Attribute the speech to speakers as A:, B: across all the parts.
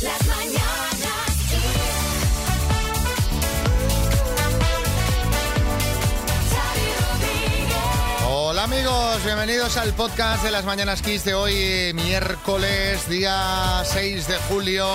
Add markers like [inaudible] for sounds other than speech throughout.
A: Las mañanas Kiss. Xavi Rodríguez.
B: Hola amigos, bienvenidos al podcast de las Mañanas Kiss de hoy, eh, miércoles, día 6 de julio,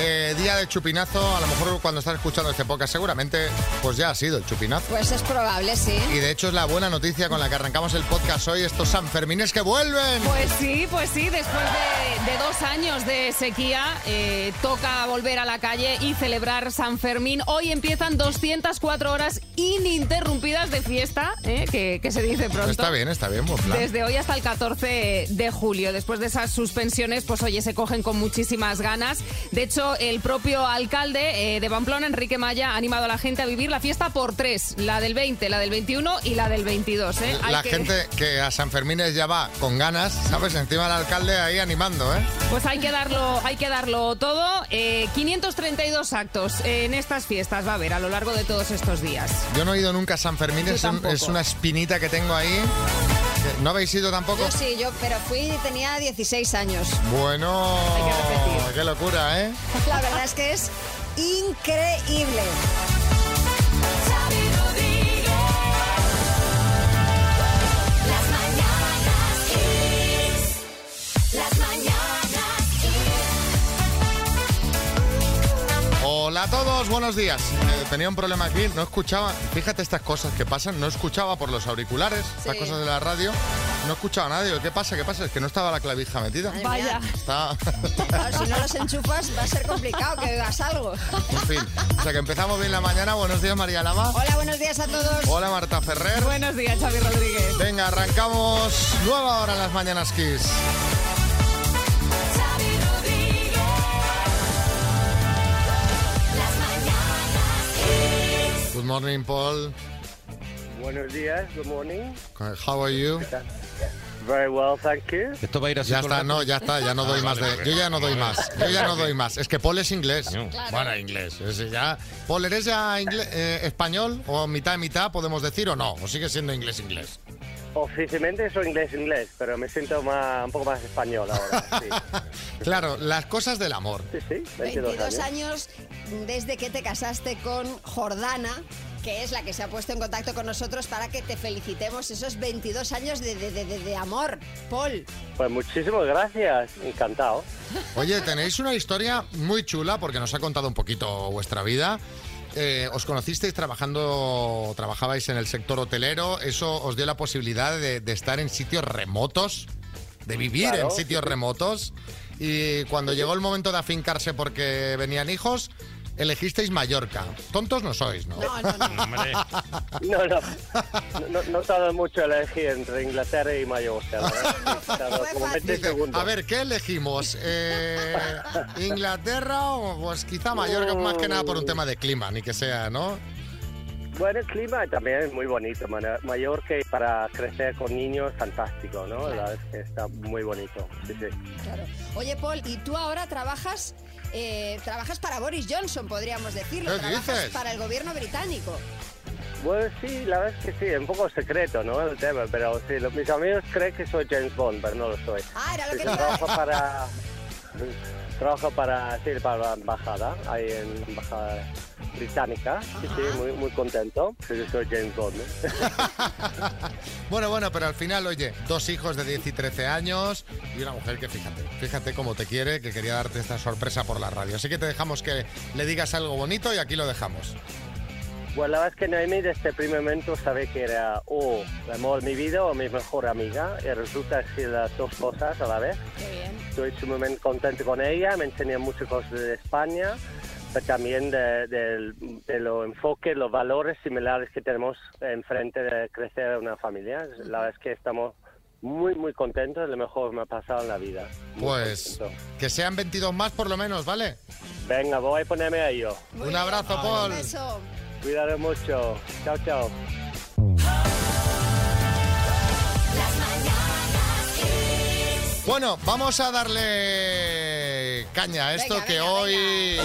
B: eh, día del chupinazo. A lo mejor cuando estás escuchando este podcast seguramente pues ya ha sido el chupinazo.
C: Pues es probable, sí.
B: Y de hecho es la buena noticia con la que arrancamos el podcast hoy, estos Sanfermines que vuelven.
D: Pues sí, pues sí, después de, de dos años de sequía, eh, toca volver a la calle y celebrar San Fermín. Hoy empiezan 204 horas ininterrumpidas de fiesta, ¿eh? que, que se dice pronto.
B: Está bien, está bien, buen plan.
D: Desde hoy hasta el 14 de julio. Después de esas suspensiones, pues oye, se cogen con muchísimas ganas. De hecho, el propio alcalde eh, de Pamplona, Enrique Maya, ha animado a la gente a vivir la fiesta por tres: la del 20, la del 21 y la del 22. ¿eh? Hay
B: La
D: que-
B: gente que a Sanfermines ya va con ganas, ¿sabes? Encima el alcalde ahí animando, ¿eh?
D: Pues hay que darlo, hay que darlo todo. Eh, 532 actos en estas fiestas va a haber a lo largo de todos estos días.
B: Yo no he ido nunca a Sanfermines,
D: Yo
B: es, un-
D: tampoco.
B: es una espinita que tengo ahí. ¿No habéis ido tampoco?
C: Yo sí, yo, pero fui y tenía 16 años.
B: Bueno,
D: Hay que repetir.
B: qué locura, ¿eh?
C: La verdad es que es increíble.
A: Xavi Rodríguez. Las mañanas Kiss. Las mañanas Kiss.
B: Hola a todos, buenos días. Eh, tenía un problema aquí, no escuchaba. Fíjate estas cosas que pasan, no escuchaba por los auriculares, estas
C: Sí.
B: cosas de la radio. No escuchaba a nadie. ¿Qué pasa? ¿Qué pasa? Es que no estaba la clavija metida.
C: Madre
D: Vaya.
C: mía.
B: Está. [laughs]
C: Claro, si no los enchufas va a ser complicado que hagas algo.
B: en fin. O sea que empezamos bien la mañana. Buenos días, María Lama.
C: Hola, buenos días a todos.
B: Hola, Marta Ferrer.
D: Buenos días, Xavi Rodríguez.
B: Venga, arrancamos. Nueva hora en las mañanas Kiss.
A: Xavi Rodríguez. Las mañanas Kiss.
B: Good morning, Paul.
E: Buenos días, good morning.
B: How are you?
E: Very well, thank you.
F: Esto va a ir así
B: Ya
F: todo
B: está,
F: el
B: no, ya está, ya no
F: Ah,
B: doy más de. Yo ya no doy más. Yo ya no doy más. Es que Paul es inglés. Bueno, inglés. es ya. Paul, ¿eres ya ingle- eh, español o mitad y mitad, podemos decir, o no? ¿O sigue siendo inglés inglés?
E: Oficialmente soy inglés, inglés, pero me siento más, un poco más español
F: [laughs]
E: ahora. Sí,
B: claro, las cosas del amor.
E: sí, sí 22,
C: 22
E: años.
C: años desde que te casaste con Jordana, que es la que se ha puesto en contacto con nosotros para que te felicitemos esos 22 años de, de- de- de- de amor, Paul.
E: Pues muchísimas gracias, encantado.
C: [laughs]
B: Oye, tenéis una historia muy chula porque nos ha contado un poquito vuestra vida. Eh, os conocisteis trabajando, trabajabais en el sector hotelero. Eso os dio la posibilidad de, de estar en sitios remotos, de vivir
E: Claro,
B: en sitios remotos. Y cuando llegó el momento de afincarse porque venían hijos, elegisteis Mallorca. Tontos no sois, ¿no?
C: No, no, no.
F: Hombre,
E: No, no, no, no tardo mucho en elegir entre Inglaterra y Mallorca. la ¿verdad? Sí, tardo
C: Fue
E: como
C: fácil.
E: 20
B: Dice,
E: segundos.
B: a ver, ¿qué elegimos? Eh, ¿Inglaterra o pues quizá Mallorca? Más que nada por un tema de clima, ni que sea, ¿no?
E: Bueno, el clima también es muy bonito. Mana- Mallorca para crecer con niños, fantástico, ¿no? La verdad es que está muy bonito. Sí, sí.
C: Claro. Oye, Paul, y tú ahora trabajas, eh, trabajas para Boris Johnson, podríamos decirlo.
B: ¿Qué
C: trabajas
B: dices?
C: para el gobierno británico.
E: Bueno, Pues sí, la verdad es que sí, es un poco secreto, ¿no? El tema, pero sí, lo- mis amigos creen que soy James Bond, pero no lo soy.
C: Ah, era lo
E: Sí,
C: que te iba a
E: trabajo para. Trabajo para, sí, para la embajada, ahí en la embajada británica. Sí, sí, muy, muy contento. Sí, yo soy James Bond. ¿no?
B: Bueno, bueno, pero al final, oye, dos hijos de 10 y 13 años y una mujer que fíjate, fíjate cómo te quiere, que quería darte esta sorpresa por la radio. Así que te dejamos que le digas algo bonito y aquí lo dejamos.
E: Bueno, la verdad es que Noemi desde el primer momento sabe que era o el amor de mi vida o mi mejor amiga. Y resulta que las dos cosas a la vez.
C: Qué bien.
E: Estoy sumamente contento con ella, me enseña muchas cosas de España, pero también de, del- de los enfoques, los valores similares que tenemos enfrente de crecer una familia. La verdad es que estamos muy, muy contentos, es lo mejor que me ha pasado en la vida. Muy
B: Pues
E: contento.
B: que sean 22 más por lo menos, ¿vale?
E: Venga, pues voy a ponerme a ello.
C: Muy
B: Un
C: bien.
B: abrazo, Paul.
C: Un beso.
E: Cuidaré mucho. Chao, chao.
A: Las mañanas Kiss.
B: Bueno, vamos a darle caña a esto
C: Venga,
B: que
C: venga,
B: hoy...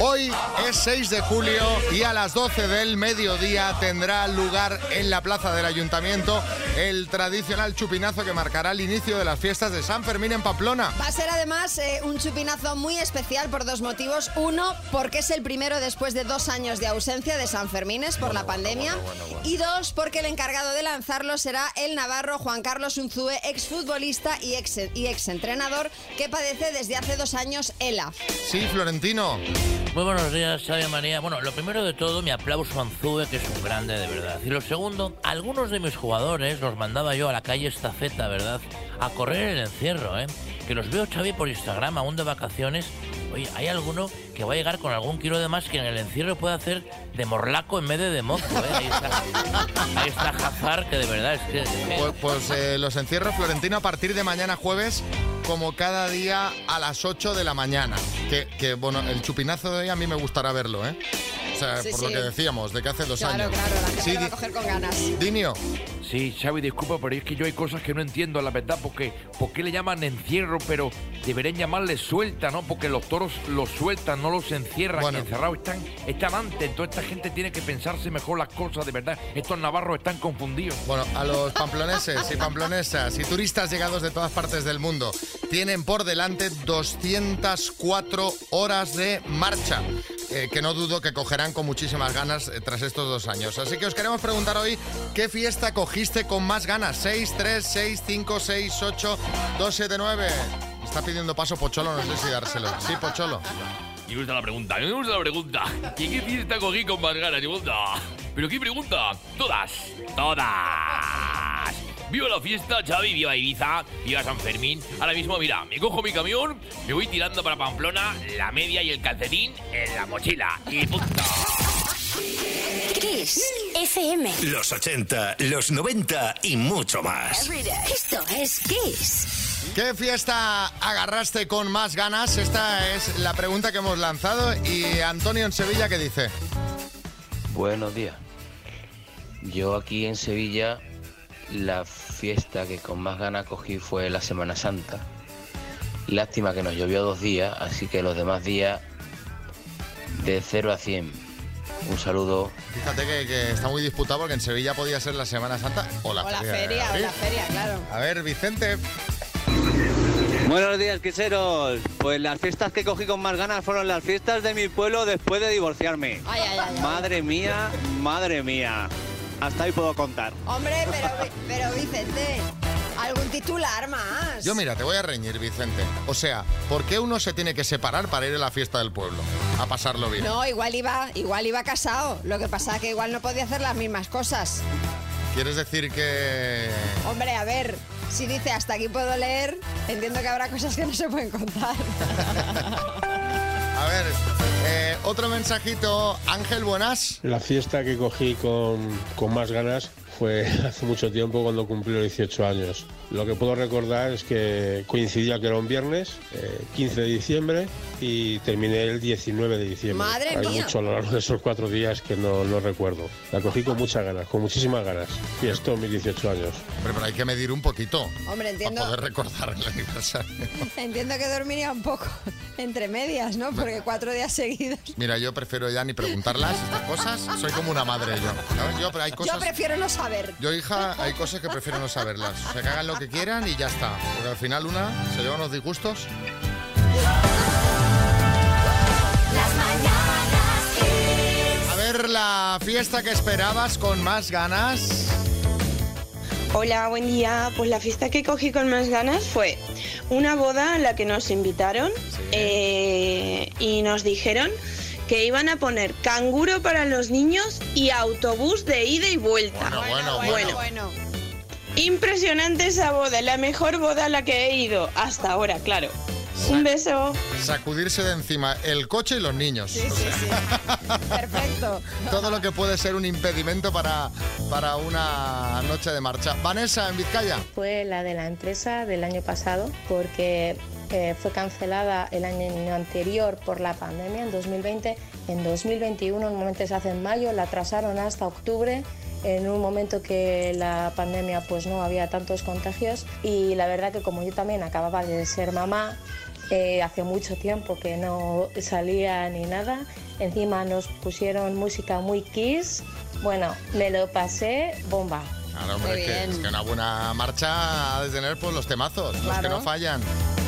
B: Hoy es 6 de julio y a las 12 del mediodía tendrá lugar en la plaza del ayuntamiento el tradicional chupinazo que marcará el inicio de las fiestas de San Fermín en Pamplona.
C: Va a ser además eh, un chupinazo muy especial por dos motivos. Uno, porque es el primero después de dos años de ausencia de San Fermines por la pandemia. Y dos, porque el encargado de lanzarlo será el navarro Juan Carlos Unzue, exfutbolista y ex, y exentrenador que padece desde hace dos años ELA.
B: Sí, Florentino.
F: Muy buenos días, Xavi María. Bueno, lo primero de todo, mi aplauso a Anzube, que es un grande de verdad. Y lo segundo, algunos de mis jugadores los mandaba yo a la calle Estafeta, ¿verdad? A correr el encierro, ¿eh? Que los veo, Xavi, por Instagram aún de vacaciones. Oye, hay alguno que va a llegar con algún kilo de más que en el encierro puede hacer de morlaco en vez de de mozo, ¿eh? Ahí está, ahí está Hazard, que de verdad es que...
B: Pues, pues, eh, los encierro, Florentino, a partir de mañana jueves, como cada día a las 8 de la mañana. Que, que, bueno, el chupinazo de hoy a mí me gustará verlo, ¿eh? O sea,
C: Sí,
B: por
C: sí.
B: lo que decíamos, de que hace dos
C: Claro,
B: años.
C: claro, la gente
B: Sí,
C: lo va a
B: Di-
C: coger con ganas.
B: Dinio,
G: Sí, Xavi, disculpa, pero es que yo hay cosas que no entiendo, la verdad, porque ¿por qué le llaman encierro? Pero deberían llamarle suelta, ¿no? Porque los toros los sueltan, no los encierran.
B: Bueno.
G: y encerrados están, están antes. Toda esta gente tiene que pensarse mejor las cosas, de verdad. Estos navarros están confundidos.
B: bueno, a los pamploneses y pamplonesas y turistas llegados de todas partes del mundo, tienen por delante 204 horas de marcha, eh, que no dudo que cogerán con muchísimas ganas eh, tras estos dos años. Así que os queremos preguntar hoy, ¿qué fiesta cogiste con más ganas? 6, 3, 6, 5, 6, 8, 2, 7, 9. Está pidiendo paso Pocholo, no sé si dárselo. Sí, Pocholo.
H: Me gusta la pregunta, me gusta la pregunta. ¿Y qué fiesta cogí con más ganas? Segunda. ¿Pero qué pregunta? Todas, todas. Viva la fiesta, Xavi, viva Ibiza, viva San Fermín. Ahora mismo, mira, me cojo mi camión, me voy tirando para Pamplona, la media y el calcetín en la mochila. Y punto.
A: Kiss FM.
I: Los 80, los 90 y mucho más.
A: Esto es Kiss.
B: ¿Qué fiesta agarraste con más ganas? Esta es la pregunta que hemos lanzado y Antonio en Sevilla que dice,
J: [laughs] Buenos días. Yo aquí en Sevilla, la fiesta que con más ganas cogí fue la Semana Santa. Lástima que nos llovió dos días, así que los demás días de 0 a 100. Un saludo.
B: fíjate que, que está muy disputado porque en Sevilla podía ser la Semana Santa o la
C: o la
B: feria. de
C: feria, o
B: Madrid.
C: la feria, claro.
B: A ver, Vicente,
K: Buenos días, quiseros. Pues las fiestas que cogí con más ganas fueron las fiestas de mi pueblo después de divorciarme.
C: Ay, ay, ay, ay.
K: Madre mía, madre mía. Hasta ahí puedo contar.
C: Hombre, pero, pero Vicente, ¿algún titular más?
B: yo mira, te voy a reñir, Vicente. O sea, ¿por qué uno se tiene que separar para ir a la fiesta del pueblo? A pasarlo bien.
C: No, igual iba, igual iba casado. Lo que pasa que igual no podía hacer las mismas cosas.
B: ¿Quieres decir que...
C: Hombre, a ver, si dice hasta aquí puedo leer, entiendo que habrá cosas que no se pueden contar. [laughs]
B: A ver, eh, otro mensajito, Ángel Buenas. [laughs]
L: La fiesta que cogí con, con más ganas fue [laughs] hace mucho tiempo cuando cumplí los 18 años. Lo que puedo recordar es que coincidía que era un viernes, eh, 15 de diciembre, y terminé el 19 de diciembre.
C: ¡Madre
L: Hay
C: mía!
L: mucho a lo largo de esos cuatro días que no, no recuerdo. La cogí con muchas ganas, con muchísimas ganas. Y esto mis 18 años.
B: Pero, pero hay que medir un poquito.
C: Hombre, entiendo,
B: Para poder recordar el aniversario.
C: entiendo que dormiría un poco [laughs] entre medias, ¿no? Porque cuatro días seguidos.
B: Mira, yo prefiero ya ni preguntarlas estas cosas. Soy como una madre yo. ¿sabes? Yo, pero hay
C: Yo
B: cosas.
C: prefiero no saber.
B: Yo, hija, hay cosas que prefiero no saberlas. Se cagan lo que quieran y ya está. Porque al final una se lleva unos disgustos.
A: Las mañanas Kiss.
B: A ver, la fiesta que esperabas con más ganas.
M: Hola, buen día. Pues la fiesta que cogí con más ganas fue una boda a la que nos invitaron eh, y nos dijeron que iban a poner canguro para los niños y autobús de ida y vuelta.
B: Bueno, bueno, bueno.
C: bueno.
M: Impresionante esa boda, la mejor boda a la que he ido hasta ahora, claro. Un beso.
B: Sacudirse de encima el coche y los niños.
C: Sí, sí, sí. [laughs] Perfecto.
B: Todo lo que puede ser un impedimento para, para una noche de marcha. Vanessa, en Vizcaya.
M: Fue la de la empresa del año pasado porque eh, fue cancelada el año anterior por la pandemia en 2020. En 2021 normalmente se hace en mayo, la atrasaron hasta octubre en un momento que la pandemia pues no había tantos contagios y la verdad que como yo también acababa de ser mamá eh, hace mucho tiempo que no salía ni nada encima nos pusieron música muy kiss bueno me lo pasé bomba
B: Claro, hombre,
C: Muy
B: es que,
C: bien.
B: es que una buena marcha ha de tener pues, los temazos, los que
C: Claro.
B: no fallan.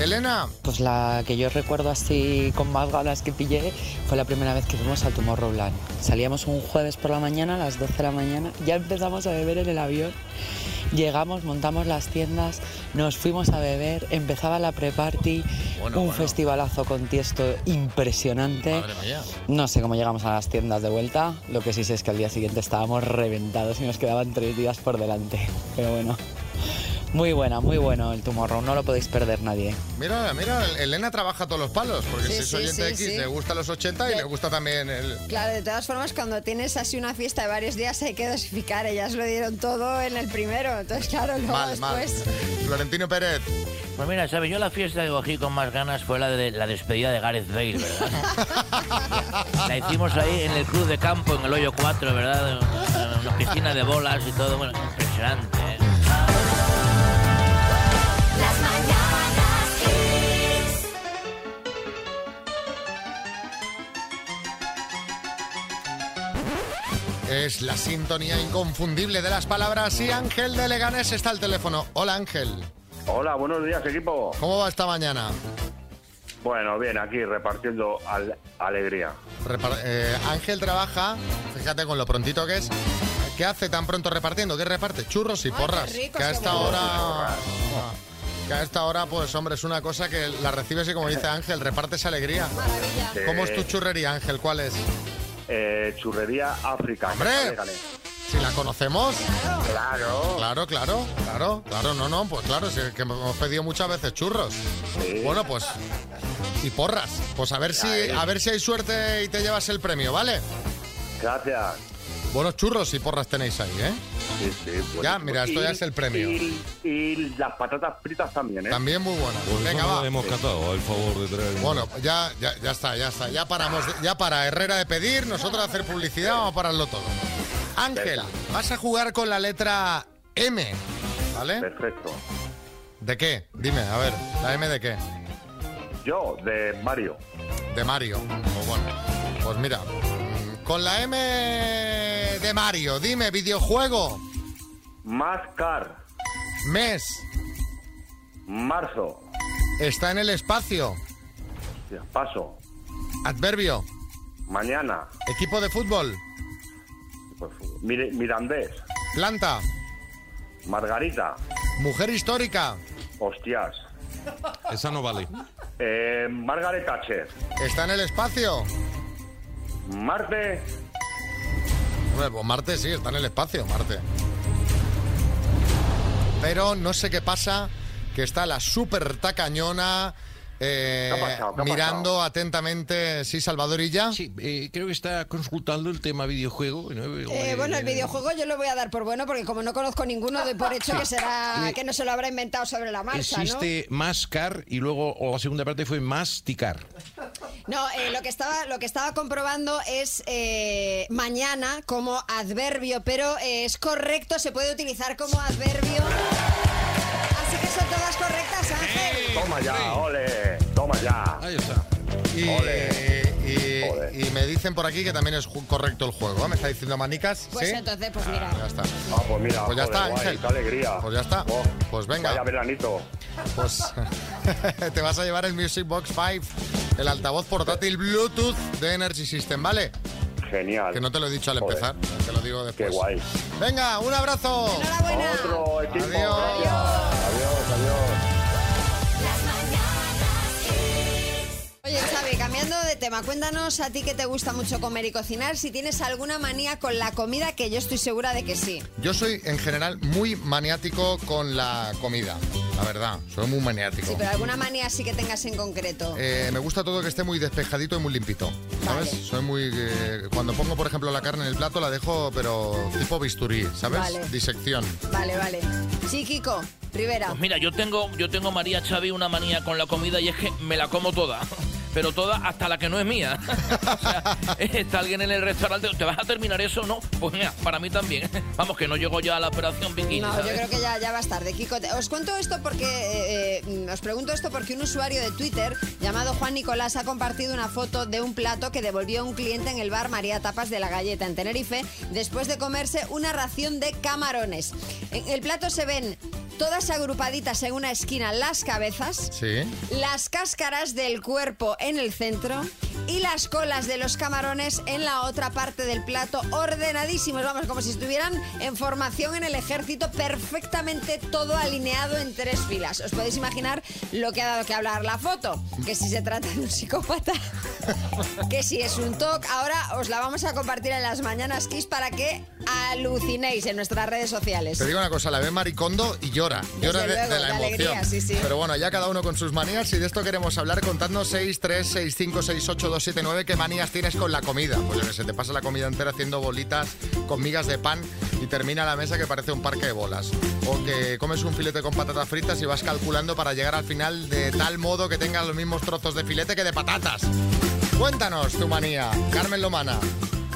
B: Elena,
N: Pues la que yo recuerdo así con más ganas que pillé fue la primera vez que fuimos al Tomorrowland. Salíamos un jueves por la mañana, a las 12 de la mañana, ya empezamos a beber en el avión. Llegamos, montamos las tiendas, nos fuimos a beber, empezaba la pre-party, un festivalazo con tiesto impresionante.
B: Madre mía.
N: No sé cómo llegamos a las tiendas de vuelta, lo que sí sé es que al día siguiente estábamos reventados y nos quedaban tres días por delante. Pero bueno, muy buena, muy bueno el Tomorrow, no lo podéis perder nadie.
B: mira, mira, Elena trabaja todos los palos, porque
C: Sí,
B: si es
C: sí,
B: oyente
C: sí,
B: X,
C: sí.
B: le gustan los 80 y le gusta también el...
C: Claro, de todas formas, cuando tienes así una fiesta de varios días hay que dosificar. Ellas lo dieron todo en el primero. Entonces, claro, luego
F: Mal, mal.
C: después...
B: Florentino Pérez.
F: Pues mira, ¿sabes? Yo la fiesta que cogí con más ganas fue la de la despedida de Gareth Bale, ¿verdad?
B: [laughs]
F: la hicimos ahí en el club de campo, en el hoyo 4, ¿verdad? En la piscina de bolas y todo. Bueno, impresionante, ¿eh?
A: Las mañanas Kiss.
B: Es la sintonía inconfundible de las palabras y Ángel de Leganés está al teléfono. Hola Ángel,
O: Hola, buenos días, equipo.
B: ¿cómo va esta mañana?
O: Bueno, bien, aquí repartiendo al- alegría.
B: Repar- eh, Ángel trabaja, fíjate con lo prontito que es. ¿Qué hace tan pronto repartiendo? ¿Qué reparte? Churros y porras.
O: ricos,
B: que a
O: qué
B: esta
O: bueno.
B: hora.
O: Porras.
B: Ah, Que a esta hora, pues hombre, es una cosa que la recibes y como dice Ángel, repartes alegría.
O: Sí.
B: ¿Cómo es tu churrería, Ángel? ¿Cuál es?
O: Eh, churrería África.
B: ¡Hombre! Si la conocemos.
O: Claro.
B: Claro, claro, claro, claro, no, no, pues claro, sí, que hemos pedido muchas veces churros. Bueno, pues. Y porras. Pues a ver si, a ver si hay suerte y te llevas el premio, ¿vale?
O: Gracias.
B: Buenos churros y porras tenéis ahí, ¿eh?
O: Sí, sí, buenísimo.
B: Ya, mira, esto ya
O: Y-
B: es el premio.
O: Y, y las patatas fritas también, ¿eh?
B: También muy buenas. Venga,
P: no
B: va.
P: la Pues hemos catado, al favor de traer.
B: Bueno, ya, ya, ya está, ya está. Ya paramos, de- ya para Herrera de pedir, nosotros hacer publicidad, vamos a pararlo todo. Ángel, vas a jugar con la letra M, ¿vale?
O: Perfecto.
B: ¿De qué? Dime, a ver, ¿la M de qué?
O: Yo, de Mario.
B: De Mario. Pues bueno, pues mira, mm, con la M de Mario, dime, videojuego.
O: Mascar.
B: Mes.
O: Marzo.
B: Está en el espacio.
O: Hostia, Paso.
B: Adverbio.
O: Mañana.
B: Equipo de fútbol.
O: Mir- Mirandés.
B: Planta.
O: Margarita.
B: Mujer histórica.
O: Hostias.
P: Esa no vale.
O: Eh, Margaret Thatcher.
B: Está en el espacio.
O: Marte.
B: Hombre, pues Marte sí, está en el espacio, Marte. Pero no sé qué pasa, que está la super tacañona eh,
P: ¿Qué ha pasado? ¿Qué ha
B: mirando atentamente. Sí, Salvadorilla.
P: Sí, eh, creo que está consultando el tema videojuego. ¿no?
C: Eh, bueno, el videojuego yo lo voy a dar por bueno porque como no conozco ninguno, doy por hecho
P: Sí.
C: que será
P: Eh,
C: que no se lo habrá inventado sobre la marcha, ¿no?
P: Existe mascar y luego o la segunda parte fue masticar.
C: No, eh, lo que estaba lo que estaba comprobando es eh, mañana como adverbio, pero eh, es correcto, se puede utilizar como adverbio. Así que son todas correctas, Ángel.
O: Toma ya, ole. Toma ya.
P: Ahí está.
B: Y, y- y me dicen por aquí que también es ju- correcto el juego. ¿eh? Me está diciendo manicas.
C: Pues
B: ¿sí?
C: entonces, pues mira.
B: Ya está.
O: Ah, pues mira,
B: Pues ya
O: joder,
B: está,
O: guay,
B: Ángel.
O: qué alegría.
B: Pues ya está. Pues venga.
O: Oh. Vaya veranito.
B: Pues [laughs] te vas a llevar el Music Box 5, el altavoz portátil Bluetooth de Energy System, ¿vale?
O: Genial.
B: Que no te lo he dicho al
O: Joder.
B: empezar, te lo digo después.
O: Qué guay.
B: Venga, un abrazo.
C: Enhorabuena.
O: Otro equipo.
B: Adiós.
O: Adiós, adiós.
C: Oye, Xavi, cambiando de tema, cuéntanos a ti que te gusta mucho comer y cocinar, si tienes alguna manía con la comida, que yo estoy segura de que sí.
B: Yo soy en general muy maniático con la comida, la verdad, soy muy maniático.
C: Sí, pero alguna manía sí que tengas en concreto.
B: Eh, me gusta todo que esté muy despejadito y muy limpito. ¿Sabes? Soy muy. eh, cuando pongo, por ejemplo, la carne en el plato, la dejo, pero tipo bisturí, ¿sabes?
C: Vale.
B: Disección.
C: Vale, vale. Sí, Kiko, Rivera.
F: Pues Mira, yo tengo, yo tengo María Xavi una manía con la comida y es que me la como toda. [laughs] pero toda hasta la que no es mía. O sea, está alguien en el restaurante, ¿te vas a terminar eso o no? Pues mira, para mí
H: [laughs]
F: también. Vamos, que no llego yo a la operación bikini,
C: No,
F: ¿sabes?
C: yo creo que ya, ya vas tarde, Kiko. Te- Os cuento esto porque eh, eh, mm, os pregunto esto porque un usuario de Twitter llamado Juan Nicolás ha compartido una foto de un plato que devolvió un cliente en el bar María Tapas de la Galleta en Tenerife después de comerse una ración de camarones. En el plato se ven todas agrupaditas en una esquina las cabezas,
B: Sí.
C: las cáscaras del cuerpo en el centro y las colas de los camarones en la otra parte del plato, ordenadísimos, vamos, como si estuvieran en formación en el ejército, perfectamente todo alineado en tres filas. Os podéis imaginar lo que ha dado que hablar la foto, que si se trata de un psicópata, [laughs] que si es un TOC, ahora os la vamos a compartir en las mañanas Kiss para que alucinéis en nuestras redes sociales.
B: Te digo una cosa, la ve Maricondo y llora. Llora de,
C: Desde
B: de
C: luego,
B: la
C: de
B: emoción.
C: alegría, sí, sí.
B: Pero bueno, ya cada uno con sus manías y de esto queremos hablar contando 6, 3, 6, 5, 6, 8, 2, 7, 9 qué manías tienes con la comida. Pues yo que sé, te pasa la comida entera haciendo bolitas con migas de pan y termina la mesa que parece un parque de bolas. O que comes un filete con patatas fritas y vas calculando para llegar al final de tal modo que tengas los mismos trozos de filete que de patatas. Cuéntanos tu manía, Carmen Lomana.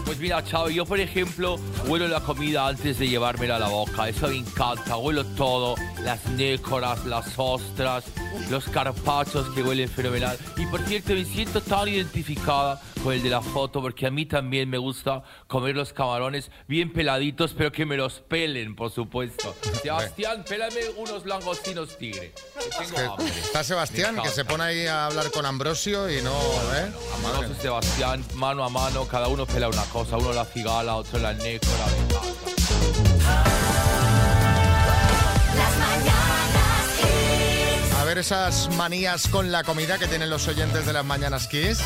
H: Pues mira, Chao, yo por ejemplo huelo la comida antes de llevármela a la boca. Eso me encanta, huelo todo. Las nécoras, las ostras, los carpachos que huelen fenomenal. Y por cierto, me siento tan identificada con el de la foto porque a mí también me gusta comer los camarones bien [laughs] peladitos, pero que me los pelen, por supuesto. Sebastián, pélame unos langostinos tigre. que tengo hambre.
B: Está Sebastián, que se pone ahí a hablar con Ambrosio y no... ¿eh?
H: Mano su Sebastián, mano a mano, cada uno pela una cosa, uno la cigala, otro la nécora, venga.
B: A ver esas manías con la comida que tienen los oyentes de las mañanas Kiss.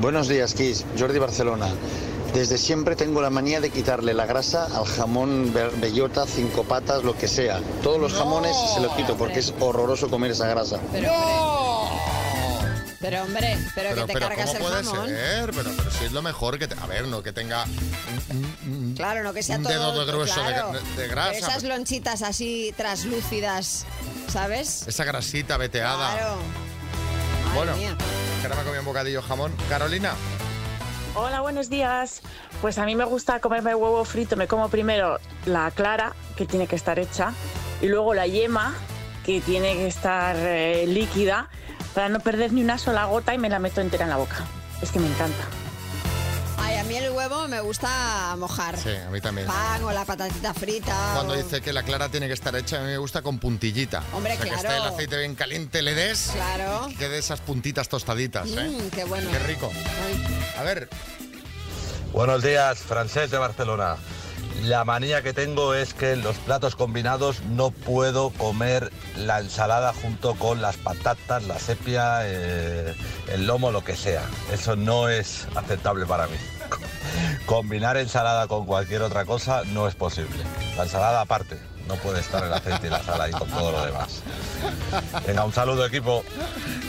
Q: Buenos días, Kiss. Jordi Barcelona. Desde siempre tengo la manía de quitarle la grasa al jamón, be- bellota, cinco patas, lo que sea. Todos los jamones se lo quito porque es horroroso comer esa grasa.
C: Pero, hombre, pero, hombre, pero, que te cargas
B: ¿cómo puede
C: el jamón.
B: ser? Pero, pero si es lo mejor que... te- a ver, no que tenga un, un-
C: Claro, no que sea
B: Mm. un
C: todo
B: dedo de grueso de
C: claro.
B: gra- de,
C: Pero
B: grasa.
C: Esas lonchitas así traslúcidas, ¿sabes?
B: Esa grasita veteada.
C: Claro.
B: bueno,
C: mía.
B: que ahora me comí un bocadillo de jamón. Carolina,
R: Hola, buenos días. Pues a mí me gusta comerme huevo frito. Me como primero la clara, que tiene que estar hecha, y luego la yema, que tiene que estar eh, líquida, para no perder ni una sola gota y me la meto entera en la boca. Es que me encanta.
C: Ay, a mí el huevo me gusta mojar.
B: sí, a mí también.
C: Pan o la patatita frita.
B: Cuando
C: o-
B: dice que la clara tiene que estar hecha, a mí me gusta con puntillita.
C: Hombre,
B: O sea, que
C: claro.
B: esté el aceite bien caliente, le des.
C: Claro.
B: y Que de esas puntitas tostaditas, ¿eh?
C: Mm, qué bueno.
B: Qué rico. A ver,
S: Buenos días, francés de Barcelona. La manía que tengo es que en los platos combinados no puedo comer la ensalada junto con las patatas, la sepia, eh, el lomo, lo que sea. Eso no es aceptable para mí. [laughs] Combinar ensalada con cualquier otra cosa no es posible. La ensalada aparte, no puede estar el aceite y la sal ahí con todo lo demás. Venga, un saludo equipo.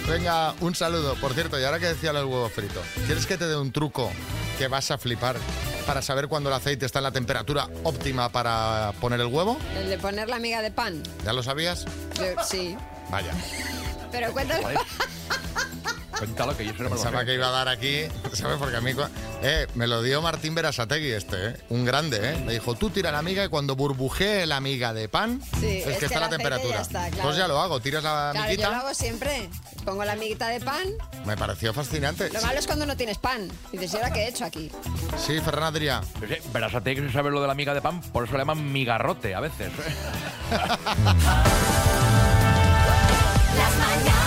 B: Venga, un saludo. Por cierto, y ahora que decía lo del huevo frito, ¿quieres que te dé un truco que vas a flipar para saber cuándo el aceite está en la temperatura óptima para poner el huevo?
C: El de poner la miga de pan.
B: ¿Ya lo sabías?
C: Yo- sí.
B: Vaya.
C: Pero cuéntalo.
B: Cuéntalo que yo Pensaba que iba a dar aquí, [laughs] ¿sabes? Porque a mí... cua- Eh, me lo dio Martín Berasategui este, ¿eh? Un grande, ¿eh? Me dijo, tú tira la miga y cuando burbujee la miga de pan,
C: Sí,
B: es,
C: es
B: que
C: que
B: está
C: el
B: la
C: aceite
B: temperatura.
C: ya está, claro.
B: Entonces ya lo hago, tiras la
C: [laughs] Claro, yo
B: miguita.
C: lo hago siempre. Pongo la amiguita de pan.
B: Me pareció fascinante.
C: Lo malo es cuando no tienes pan. Y dices, ¿y ahora qué he hecho aquí? [laughs]
B: Sí, Ferran Adrià.
G: Berasategui no sabe lo de la miga de pan, por eso le llaman migarrote a
B: [laughs]
G: veces.
A: Las mañanas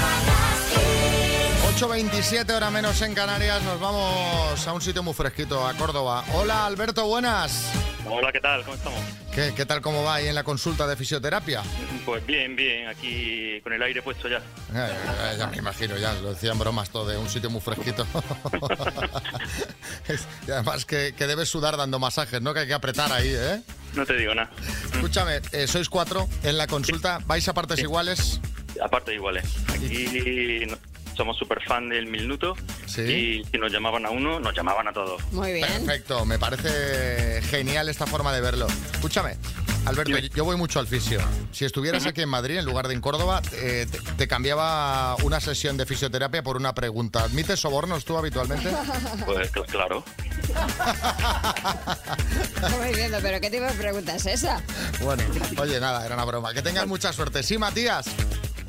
B: 8.27 hora menos en Canarias, nos vamos a un sitio muy fresquito, a Córdoba. Hola Alberto, buenas.
T: Hola, ¿qué tal? ¿Cómo estamos?
B: ¿Qué, qué tal cómo va ahí en la consulta de fisioterapia?
T: Pues bien, bien, aquí con el aire puesto ya.
B: Eh, eh, ya me imagino, ya lo decían bromas todo de un sitio muy fresquito. [laughs] Es- y además que, que debes sudar dando masajes, ¿no? Que hay que apretar ahí, ¿eh?
T: No te digo nada.
B: Escúchame, eh, sois cuatro en la consulta, vais a partes iguales.
T: Aparte, iguales. Aquí no- somos súper fan del Minuto y si nos llamaban a uno, nos llamaban a todos.
C: Muy bien.
B: Perfecto, me parece genial esta forma de verlo. Escúchame, Alberto, yo voy mucho al fisio. Si estuvieras aquí en Madrid, en lugar de en Córdoba, eh, te, te cambiaba una sesión de fisioterapia por una pregunta. ¿Admites sobornos tú
C: [laughs]
B: habitualmente?
T: Pues cl- claro.
C: Estoy diciendo, pero ¿qué tipo de pregunta es esa?
B: Bueno, oye, nada, era una broma. Que tengas mucha suerte. Sí, Matías.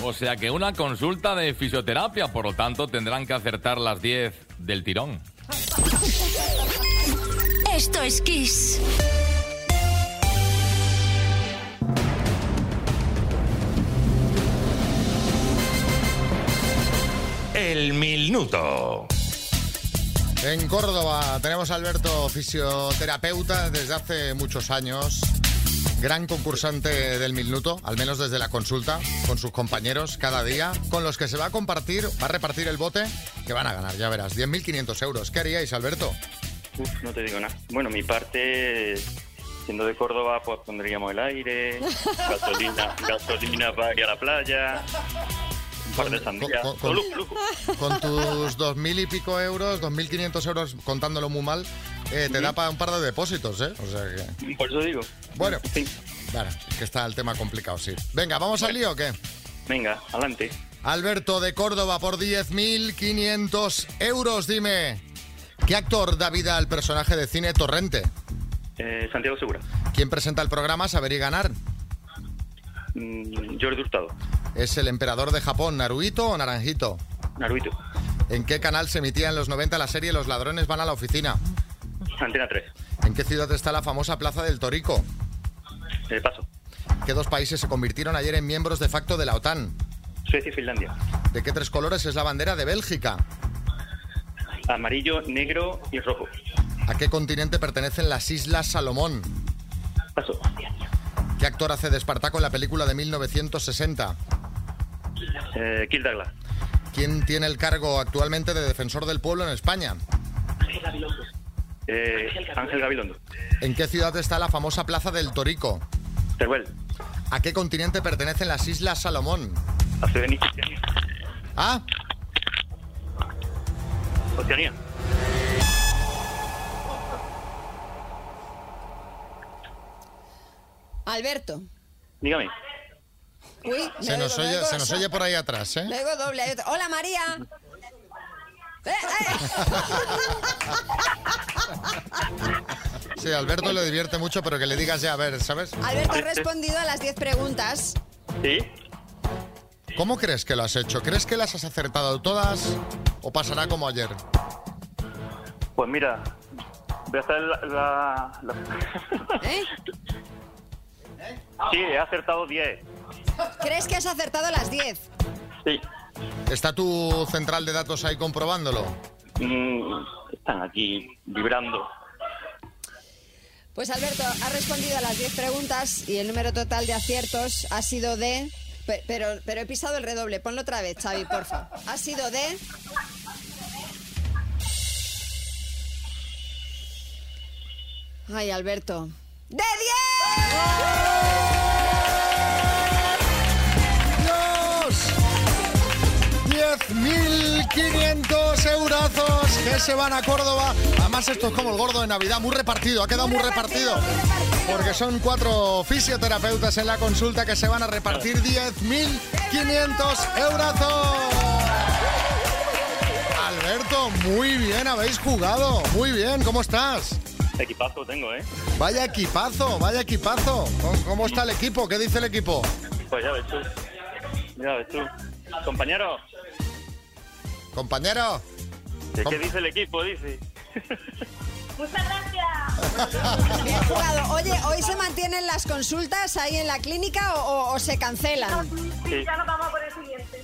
H: O sea que una consulta de fisioterapia, por lo tanto tendrán que acertar las 10 del tirón.
A: Esto es Kiss.
I: El minuto.
B: En Córdoba tenemos a Alberto, fisioterapeuta desde hace muchos años. Gran concursante del minuto, al menos desde la consulta, con sus compañeros cada día, con los que se va a compartir, va a repartir el bote, que van a ganar, ya verás, 10.500 euros. ¿Qué haríais, Alberto?
T: Uf, no te digo nada. Bueno, mi parte, siendo de Córdoba, pues pondríamos el aire,
B: [laughs]
T: gasolina, gasolina para ir a la playa, un par de sandías.
B: con-
T: Todo lujo, lujo.
B: Con tus 2.000 y pico euros, 2.500 euros, contándolo muy mal, eh, te da para un par de depósitos, ¿eh? O sea que...
T: Por eso digo.
B: Bueno, vale, que está el tema complicado, sí. Venga, ¿vamos al lío o qué?
T: Venga, adelante.
B: Alberto de Córdoba por 10.500 euros, dime. ¿Qué actor da vida al personaje de cine Torrente?
T: Eh, Santiago Segura.
B: ¿Quién presenta el programa Saber y Ganar?
T: Mm, Jordi Hurtado.
B: ¿Es el emperador de Japón, Naruhito o Naranjito?
T: Naruito.
B: ¿En qué canal se emitía en los 90 la serie Los ladrones van a la oficina?
T: Antena 3.
B: ¿En qué ciudad está la famosa Plaza del Torico?
T: Eh, paso.
B: ¿Qué dos países se convirtieron ayer en miembros de facto de la OTAN?
T: Suecia y Finlandia.
B: ¿De qué tres colores es la bandera de Bélgica?
T: Amarillo, negro y rojo.
B: ¿A qué continente pertenecen las Islas Salomón?
T: Paso.
B: ¿Qué actor hace de Espartaco en la película de 1960?
T: Eh, Kill Douglas.
B: ¿Quién tiene el cargo actualmente de defensor del pueblo en España? [laughs]
T: Eh, Ángel Gabilondo.
B: ¿En qué ciudad está la famosa Plaza del Torico?
T: Teruel.
B: ¿A qué continente pertenecen las Islas Salomón?
T: Oceanía.
B: ¿Ah?
T: Oceanía.
C: Alberto.
T: Dígame.
C: Uy,
B: Se nos,
C: oigo, me
B: oye,
C: oigo
B: se nos
C: so-
B: oye por ahí atrás, ¿eh?
C: me oigo doble. hay otro- Hola, María. Eh, [laughs]
B: Sí, a Alberto le divierte mucho, pero que le digas ya, a ver, ¿sabes?
C: Alberto ha respondido a las 10 preguntas.
T: ¿Sí?
B: ¿Cómo crees que lo has hecho? ¿Crees que las has acertado todas o pasará como ayer?
T: Pues mira, voy a hacer la... la- la- Sí, he acertado 10.
C: ¿Crees que has acertado las 10?
B: ¿Está tu central de datos ahí comprobándolo?
T: Mm, están aquí vibrando.
C: Pues Alberto, ha respondido a las 10 preguntas y el número total de aciertos ha sido de... pe- Pero, pero he pisado el redoble, ponlo otra vez, Xavi, porfa. Ha sido de... Ay, Alberto. ¡De 10!
B: ¡Dios! 10.500 eurazos que se van a Córdoba. Además, esto es como el gordo de Navidad, muy repartido, ha quedado muy, repartido. Porque son cuatro fisioterapeutas en la consulta que se van a repartir 10.500 eurazos. Alberto, muy bien, habéis jugado. Muy bien, ¿cómo estás?
T: Equipazo tengo, ¿eh?
B: Vaya equipazo, vaya equipazo. ¿Cómo- ¿Cómo está el equipo? ¿Qué dice el equipo?
T: Pues ya ves tú. Ya ves tú. Compañero,
B: Compañero.
T: ¿qué
B: Com-
T: dice el equipo? Dice.
A: Muchas
C: Bien
A: gracias.
C: jugado. Oye, ¿hoy se mantienen las consultas ahí en la clínica o, o- o se cancelan?
B: ¿Eh?
T: Sí. ya
C: nos vamos por el siguiente.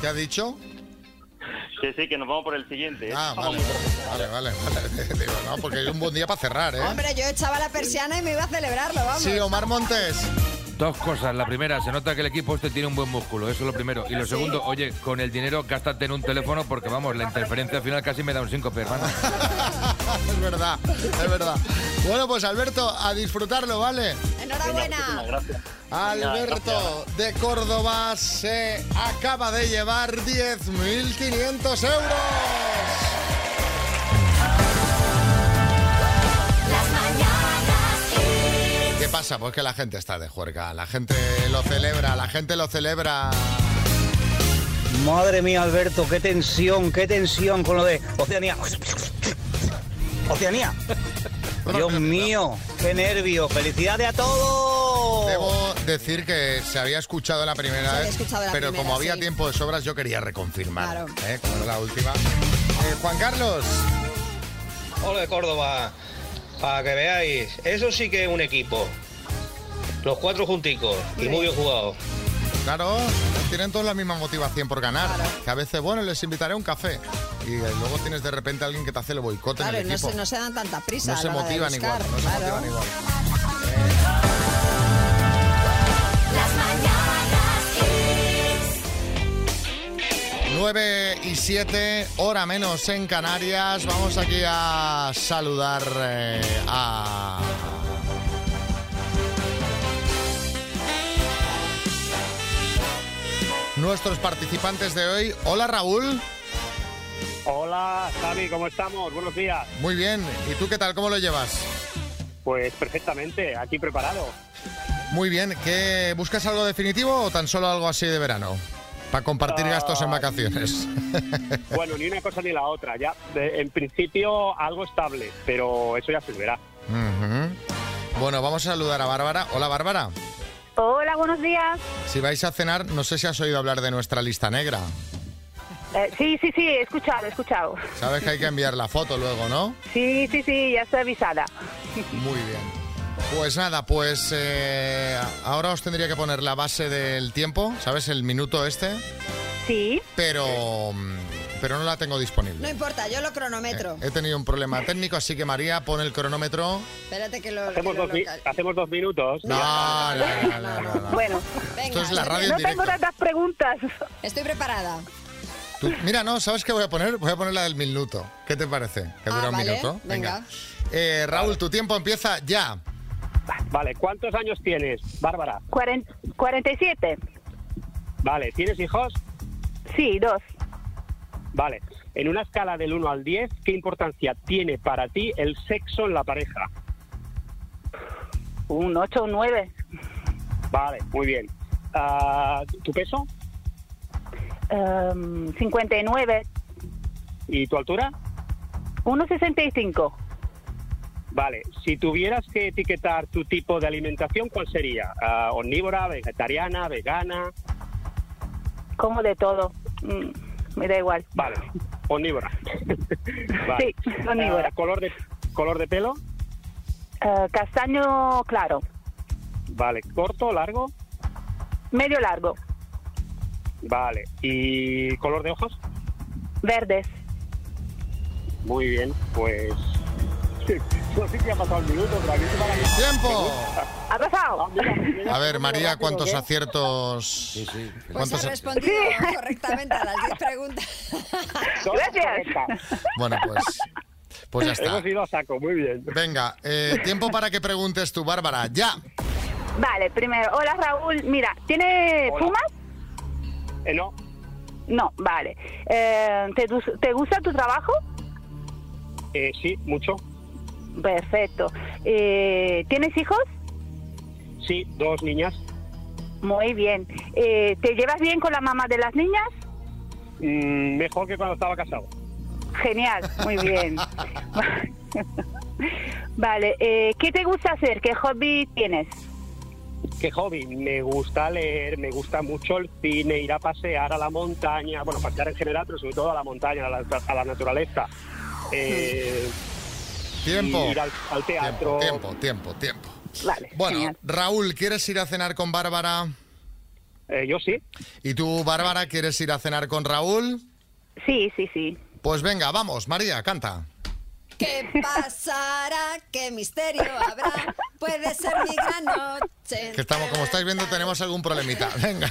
B: ¿Qué ha dicho?
T: Que sí, que nos vamos por el siguiente. ¿eh?
B: Ah,
T: Vamos.
B: vale, vale, vale. vale. Digo, no, porque es un buen día para cerrar, ¿eh?
C: Hombre, yo echaba la persiana y me iba a celebrarlo, vamos.
B: Sí, Omar Montes. [laughs]
G: Dos cosas. La primera, se nota que el equipo este tiene un buen músculo. Eso es lo primero.
B: Ah,
G: Y lo segundo, oye, con el dinero gástate en un teléfono porque, vamos, la interferencia al final casi me da un síncope, hermano.
B: Es verdad, es verdad. Bueno, pues Alberto, a disfrutarlo, ¿vale?
C: Enhorabuena.
B: Alberto de Córdoba se acaba de llevar 10.500 euros. Qué ¿Qué pasa? Pues que la gente está de juerga, la gente lo celebra, la gente lo celebra.
U: Madre mía, Alberto, qué tensión, qué tensión con lo de Oceanía. Oceanía. Dios mío, qué nervio. Felicidades a todos.
B: Debo decir que se había escuchado la
C: Se
B: primera
C: había
B: vez,
C: escuchado la
B: pero
C: primera,
B: como había
C: sí.
B: tiempo de sobras yo quería reconfirmar,
C: Claro.
B: ¿eh? como era la última. Eh, Juan Carlos,
V: Hola de Córdoba, para que veáis, eso sí que es un equipo. Los cuatro junticos y muy bien jugado.
B: claro, tienen todos la misma motivación por ganar, que a veces, bueno, les invitaré a un café y eh, luego tienes de repente a alguien que te hace el boicot
C: Claro,
B: en el
C: no
B: equipo.
C: se, no se dan tanta prisa.
B: No
C: a
B: se
C: la hora de
B: motivan
C: buscar,
B: igual, no se
C: claro.
B: motivan igual. Nueve 9 y 7, hora menos en Canarias. Vamos aquí a saludar eh, a... Nuestros participantes de hoy. Hola Raúl.
W: Hola, Xavi, ¿cómo estamos? Buenos días.
B: Muy bien. ¿Y tú qué tal? ¿Cómo lo llevas?
W: Pues perfectamente, aquí preparado.
B: [laughs] Muy bien. ¿Qué, ¿Buscas algo definitivo o tan solo algo así de verano? Para compartir gastos en vacaciones. Ah.
W: Bueno, ni una cosa ni la otra, ya. de- en principio algo estable, pero eso ya se verá.
B: [laughs] Ujú. Bueno, vamos a saludar a Bárbara. Hola Bárbara.
X: Hola, buenos días.
B: Si vais a cenar, no sé si has oído hablar de nuestra lista negra.
X: Eh, sí, sí, sí, he escuchado, he escuchado.
B: Sabes que hay que enviar la foto luego, ¿no?
X: Sí, sí, sí, ya estoy avisada.
B: Muy bien. Pues nada, pues eh, ahora os tendría que poner la base del tiempo, ¿sabes? El minuto este.
X: Sí.
B: Pero, mm, pero no la tengo
C: No
B: disponible.
C: importa, yo lo cronometro.
B: He tenido un problema técnico, así que María, pon el cronómetro.
C: Espérate que lo. que
W: Hacemos
C: lo
W: dos, mi-
C: local-
W: hacemos dos minutos.
B: No, no, no, no, no.
X: Bueno,
B: Esto es la radio en
X: no
B: directo.
X: tengo tantas preguntas.
C: Estoy preparada.
B: Tú- mira, no, ¿sabes qué voy a poner? Voy a poner la del minuto. ¿Qué te parece? Que dura un
W: vale,
B: minuto.
W: venga.
B: Eh, Raúl, tu tiempo empieza ya.
W: Vale, ¿cuántos años tienes, Bárbara?
X: 47.
W: Vale, ¿tienes hijos?
X: Sí, dos.
W: Vale. En una escala del 1 al 10, ¿qué importancia tiene para ti el sexo en la pareja?
X: Un 8 o 9.
W: Vale, muy bien. Ah, ¿Tu peso
X: Em, 59.
W: y tu altura?
X: 1,65.
W: Vale, si tuvieras que etiquetar tu tipo de alimentación, ¿cuál sería? Ah, ¿Omnívora, vegetariana, vegana?
X: Como de todo. Mm, me da igual.
W: Vale, omnívora. [laughs]
X: Sí, omnívora.
W: Ah, ¿color, de, ¿Color de pelo?
X: Eh, castaño claro.
W: Vale, ¿corto, largo?
X: Medio largo.
W: Vale, ¿y color de ojos?
X: Verdes.
W: Muy bien, pues... [laughs] No sé si ha pasado el minuto, pero a mí se me ha ido.
B: ¡Tiempo!
W: Oh.
X: ¿Ha pasado?
W: Ah,
B: A ver, María, ¿cuántos aciertos? Sí, sí.
C: Pues ha respondido correctamente a las 10 preguntas.
X: Gracias.
B: Bueno, pues, pues ya está.
W: Hemos ido a saco, muy bien.
B: Venga, eh, tiempo para que preguntes tú, Bárbara. ¡Ya!
X: Vale, primero, hola Raúl, mira, ¿tiene fumas?
W: Eh, no.
X: No, vale. Eh, ¿te, gus- te gusta tu trabajo?
W: Eh, sí, mucho.
X: Perfecto. Eh, ¿Tienes hijos?
W: Sí, dos niñas.
X: Muy bien. Eh, ¿Te llevas bien con la mamá de las niñas?
W: Mm, mejor que cuando estaba casado.
X: Genial,
W: [laughs]
X: muy bien. vale, eh, ¿qué te gusta hacer? ¿Qué hobby tienes?
W: Qué hobby, me gusta leer, me gusta mucho el cine, ir a pasear a la montaña, bueno, pasear en general, pero sobre todo a la montaña, a la, a la naturaleza. Eh,
B: Tiempo.
W: Ir al, al teatro.
B: Tiempo, tiempo, tiempo.
X: Vale,
B: Bueno, Raúl, ¿quieres ir a cenar con Bárbara?
W: Eh, yo sí.
B: ¿Y tú, Bárbara, quieres ir a cenar con Raúl?
X: Sí, sí, sí.
B: Pues venga, vamos, María, canta.
C: ¿Qué pasará? ¿Qué misterio habrá? Puede ser mi gran noche.
B: Que estamos, como estáis viendo, tenemos algún problemita. [laughs] Venga.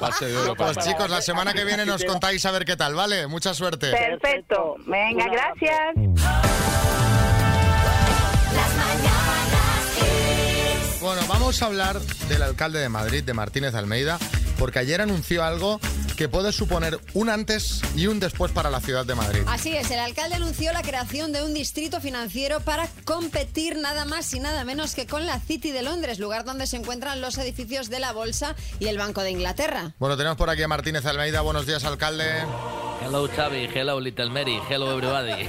P: para
B: Pues chicos, la semana que viene nos contáis a ver qué tal, ¿vale? Mucha suerte.
X: Perfecto. Venga, gracias.
B: Bueno, vamos a hablar del alcalde de Madrid, de Martínez Almeida, porque ayer anunció algo que puede suponer un antes y un después para la ciudad de Madrid.
C: Así es, el alcalde anunció la creación de un distrito financiero para competir nada más y nada menos que con la City de Londres, lugar donde se encuentran los edificios de la Bolsa y el Banco de Inglaterra.
B: Bueno, tenemos por aquí a Martínez Almeida. Buenos días, alcalde.
H: Hello Xavi, hello Little Mary,
B: [laughs]
H: hello everybody.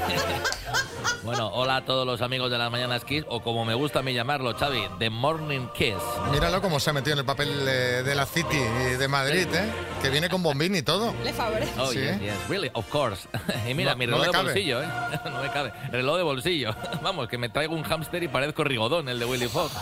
H: bueno, hola a todos los amigos de las Mañanas Kiss, o como me gusta a mí llamarlo, Xavi, The Morning Kiss.
B: Míralo cómo se ha metido en el papel eh, de la City eh, de Madrid, ¿eh? Que viene con bombín y todo.
C: Le favorece.
H: Oh,
B: Sí.
H: yes, yes, really, of course. [laughs] y mira,
B: No-
H: mi
B: no
H: reloj
B: le
H: de
B: cabe.
H: bolsillo, ¿eh? [laughs] no me cabe. Reloj de bolsillo. [laughs] Vamos, que me traigo un hámster y parezco Rigodón, el de Willy Fox.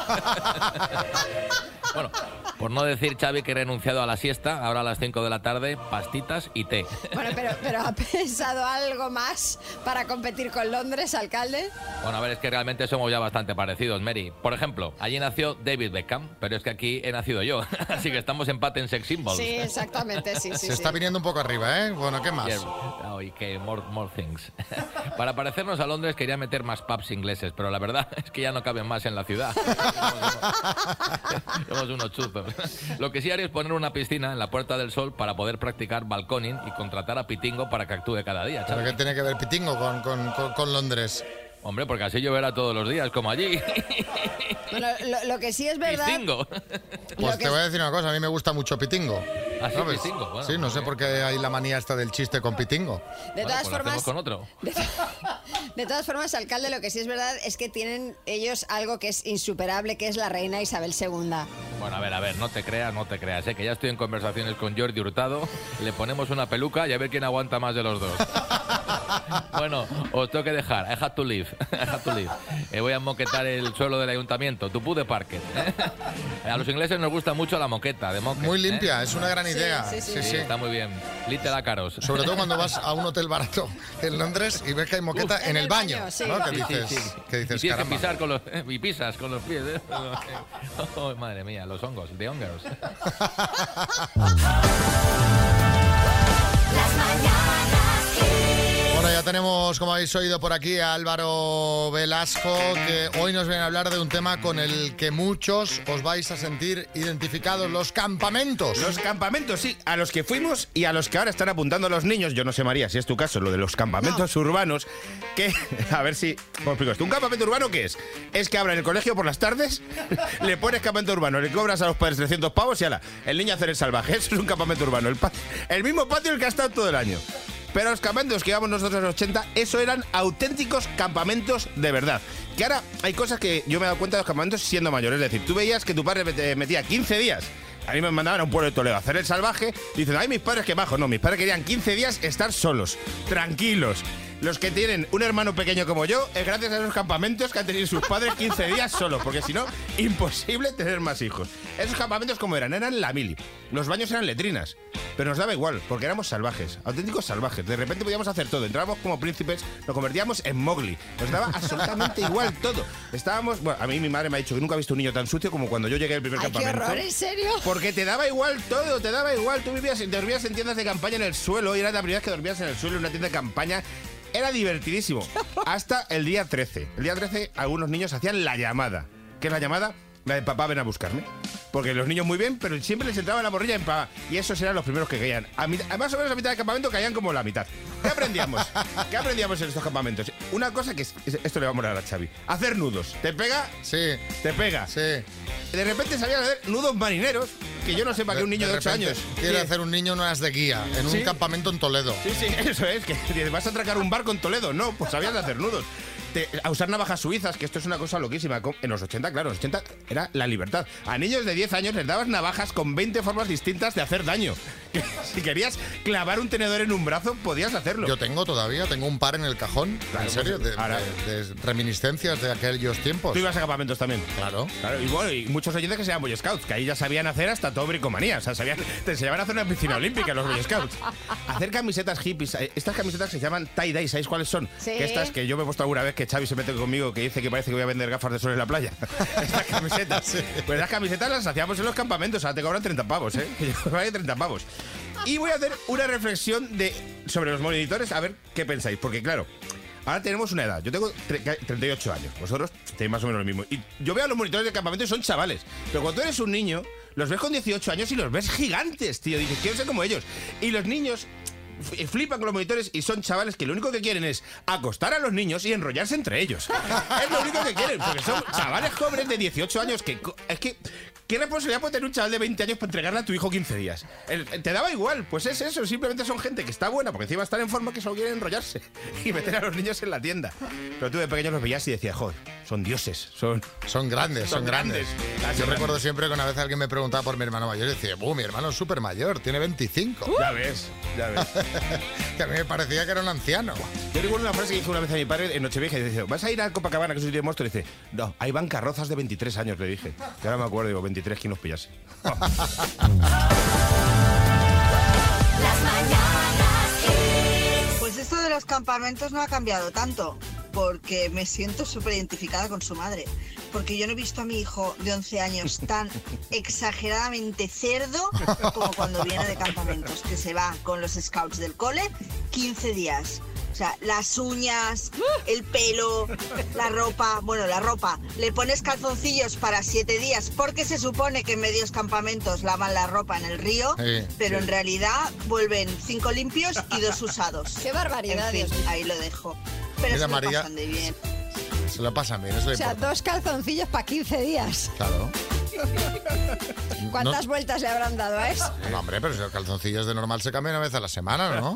H: bueno, por no decir, Xavi, que he renunciado a la siesta, ahora a las 5 de la tarde, pastitas y té.
C: Bueno, pero, pero ¿ha [laughs] pensado algo más para competir con Londres, alcalde?
H: Bueno, a ver, es que realmente somos ya bastante parecidos, Mary. Por ejemplo, allí nació David Beckham, pero es que aquí he nacido yo. [laughs] Así que estamos empate en sex symbols.
C: Sí, exactamente, sí, sí.
B: Se está
C: sí.
B: viniendo un poco arriba, ¿eh? Bueno, ¿qué más?
H: Yeah. Oh, y que more, more things. [laughs] Para parecernos a Londres quería meter más pubs ingleses, pero la verdad [laughs] es que ya no caben más en la ciudad. [laughs] Somos unos chuzos. Lo que sí haré es poner una piscina en la Puerta del Sol para poder practicar balconing y contratar a Pitingo para que actúe cada día.
B: ¿Pero
H: ¿sabes?
B: qué tiene que ver Pitingo con, con- con- con Londres?
H: Hombre, porque así lloverá todos los días, como allí.
C: Bueno, lo, lo que sí es verdad...
H: Pitingo.
B: Pues
C: Lo
B: te
C: que-
B: voy a decir una cosa, a mí me gusta mucho Pitingo.
H: Ah, sí,
B: ¿sabes?
H: Pitingo, bueno,
B: sí, no sé por qué hay la manía esta del chiste con Pitingo.
C: De todas formas,
H: pues con otro.
C: [laughs] de todas formas, alcalde, lo que sí es verdad es que tienen ellos algo que es insuperable, que es la reina Isabel II.
H: Bueno, a ver, a ver, no te creas, no te creas. Sé que ya estoy en conversaciones con Jordi Hurtado. Le ponemos una peluca y a ver quién aguanta más de
B: [laughs]
H: los dos. bueno, os tengo que dejar. I had to leave. [laughs] I had to leave. Eh, voy a moquetar el suelo del ayuntamiento. Tupú de parque. ¿eh? A los ingleses nos gusta mucho la moqueta de moque. ¿eh?
B: Muy limpia, es una gran Sí, idea. sí, sí. Sí, sí.
H: Está muy bien. Little caros.
B: Sobre todo cuando
H: [laughs]
B: vas a un hotel barato en Londres y ves que hay moqueta
H: Uf.
B: en, el baño. ¿no? Que dices, que dices,
H: y tienes que
B: "Caramba".
H: pisar con los, eh, y pisas con los pies. ¿eh? [laughs] Oh, madre mía, los hongos,
B: [laughs]
H: de hongos.
B: Bueno, ya tenemos, como habéis oído por aquí, a Álvaro Velasco, que hoy nos viene a hablar de un tema con el que muchos os vais a sentir identificados, los campamentos.
D: Los campamentos, sí, a los que fuimos y a los que ahora están apuntando los niños, yo no sé María, si es tu caso, lo de los campamentos urbanos, que, [laughs] a ver si, ¿cómo explico esto? ¿Un campamento urbano qué es? Es que abran el colegio por las tardes, [laughs] le pones campamento urbano, le cobras a los padres 300 pavos y ala, el niño a hacer el salvaje, [laughs] eso es un campamento urbano, el, pa- el mismo patio en el que ha estado todo el año. Pero los campamentos que íbamos nosotros en los 80, eso eran auténticos campamentos de verdad. Que ahora hay cosas que yo me he dado cuenta de los campamentos siendo mayor. Es decir, tú veías que tu padre te metía 15 días. A mí me mandaban a un pueblo de Toledo a hacer el salvaje. Dicen, ay, mis padres que bajo. No, mis padres querían 15 días estar solos, tranquilos. Los que tienen un hermano pequeño como yo es gracias a esos campamentos que han tenido sus padres 15 días solos, porque si no, imposible tener más hijos. Esos campamentos como eran, eran la mili. Los baños eran letrinas, pero nos daba igual, porque éramos salvajes, auténticos salvajes. De repente podíamos hacer todo, entrábamos como príncipes, nos convertíamos en Mowgli. Nos daba absolutamente igual todo. Estábamos, bueno, a mí mi madre me ha dicho que nunca ha visto un niño tan sucio como cuando yo llegué al primer
C: ¡Ay, qué
D: campamento.
C: horror, en serio!
D: Porque te daba igual todo, te daba igual. Tú vivías, dormías en tiendas de campaña en el suelo y era la primera vez que dormías en el suelo en una tienda de campaña. Era divertidísimo. Hasta el día 13. El día 13 algunos niños hacían la llamada. ¿Qué es la llamada? La de papá ven a buscarme. Porque los niños muy bien, pero siempre les entraba la morrilla en papá. Y esos eran los primeros que caían. A mi- a más o menos la mitad del campamento caían como la mitad. ¿Qué aprendíamos? ¿Qué aprendíamos en estos campamentos? Una cosa que es- es- esto le va a molar a Xavi. Hacer nudos. ¿Te pega?
B: Sí.
D: ¿Te pega?
B: Sí.
D: De repente sabían hacer nudos marineros, que yo no sé para qué un niño de, 8
B: repente
D: años.
B: Quiere
D: Sí.
B: hacer un niño unas de guía en un
D: Sí.
B: campamento en Toledo.
D: Sí, [laughs] sí, eso es, que dices, vas a atracar un barco en Toledo. No, pues sabías de hacer nudos. Te- a usar navajas suizas, que esto es una cosa loquísima. Co- En los 80, claro, en los 80 era la libertad. A niños de 10 años les dabas navajas con 20 formas distintas de hacer daño. [laughs] Que si querías clavar un tenedor en un brazo, podías hacerlo.
B: Yo tengo todavía, tengo un par en el cajón, en
D: Claro,
B: serio,
D: pues,
B: de,
D: ahora-
B: de- de reminiscencias de aquellos tiempos.
D: Tú ibas a campamentos también.
B: Claro.
D: Claro, y bueno, y muchos oyentes que sean Boy Scouts, que ahí ya sabían hacer hasta todo bricomanía. O sea, sabían, te enseñaban a hacer una piscina olímpica los Boy Scouts. Hacer camisetas hippies. eh, Estas camisetas se llaman tie-dye, ¿sabéis cuáles son?
W: Sí.
D: Que estas que yo me he puesto alguna vez que Xavi se mete conmigo, que dice que parece que voy a vender gafas de sol en la playa. estas camisetas. Pues las camisetas las hacíamos en los campamentos. Ahora te cobran 30 pavos, ¿eh? [laughs] Que yo vale 30 pavos. Y voy a hacer una reflexión de, sobre los monitores, a ver qué pensáis. Porque claro, Ahora tenemos una edad. Yo tengo tre- 38 años. Vosotros tenéis más o menos lo mismo. Y yo veo a los monitores de campamento y son chavales. Pero cuando tú eres un niño, los ves con 18 años y los ves gigantes, tío. Dices, quiero ser como ellos. Y los niños f- eh, flipan con los monitores y son chavales que lo único que quieren es acostar a los niños y enrollarse entre ellos. es lo único que quieren, porque son chavales jóvenes de 18 años que... co- Es que... ¿Qué responsabilidad puede tener un chaval de 20 años para entregarle a tu hijo 15 días? El- Te daba igual, pues es eso, simplemente son gente que está buena, porque encima están en forma que solo quieren enrollarse [laughs] y meter a los niños en la tienda. Pero tú de pequeño los veías y decías, joder, son dioses, son...
B: Son grandes, son grandes. Yo recuerdo siempre que una vez alguien me preguntaba por mi hermano mayor y decía, "Buh, mi hermano es súper mayor, tiene 25.
D: Ya ves, ya ves.
B: [laughs] que a mí me parecía que era un anciano.
D: Yo recuerdo una frase que dijo una vez a mi padre en Nochevieja y dice, ¿vas a ir a Copacabana, que es un sitio de monstruos? Y dice, no, ahí van carrozas de 23 años, le dije. Y ahora me acuerdo, digo, 23, ¿quién los pillase?
B: [laughs]
A: Pues esto de los campamentos no ha cambiado tanto, porque me siento súper identificada con su madre. Porque yo no he visto a mi hijo de 11 años tan [laughs] exageradamente cerdo como cuando viene de campamentos, pues, que se va con los scouts del cole 15 días. O sea, las uñas, el pelo, la ropa, bueno, la ropa. Le pones calzoncillos para siete días porque se supone que en medios campamentos lavan la ropa en el río,
B: Sí,
A: pero
B: sí.
A: en realidad vuelven cinco limpios y dos
C: [laughs]
A: usados. ¡Qué
C: barbaridad,
A: En
C: Dios
A: fin,
C: mío.
A: ahí lo dejo. Pero
B: Mira,
A: se lo
B: María.
A: pasan de bien.
B: Se lo pasan bien, eso
C: O
B: es
C: sea,
B: importante.
C: dos calzoncillos para 15
B: [laughs]
C: días.
B: Claro. [laughs]
C: ¿Cuántas
B: No-
C: vueltas le habrán dado a eso?
B: No, hombre,
D: [laughs]
B: pero si los calzoncillos de normal se cambian una vez a la semana, ¿no?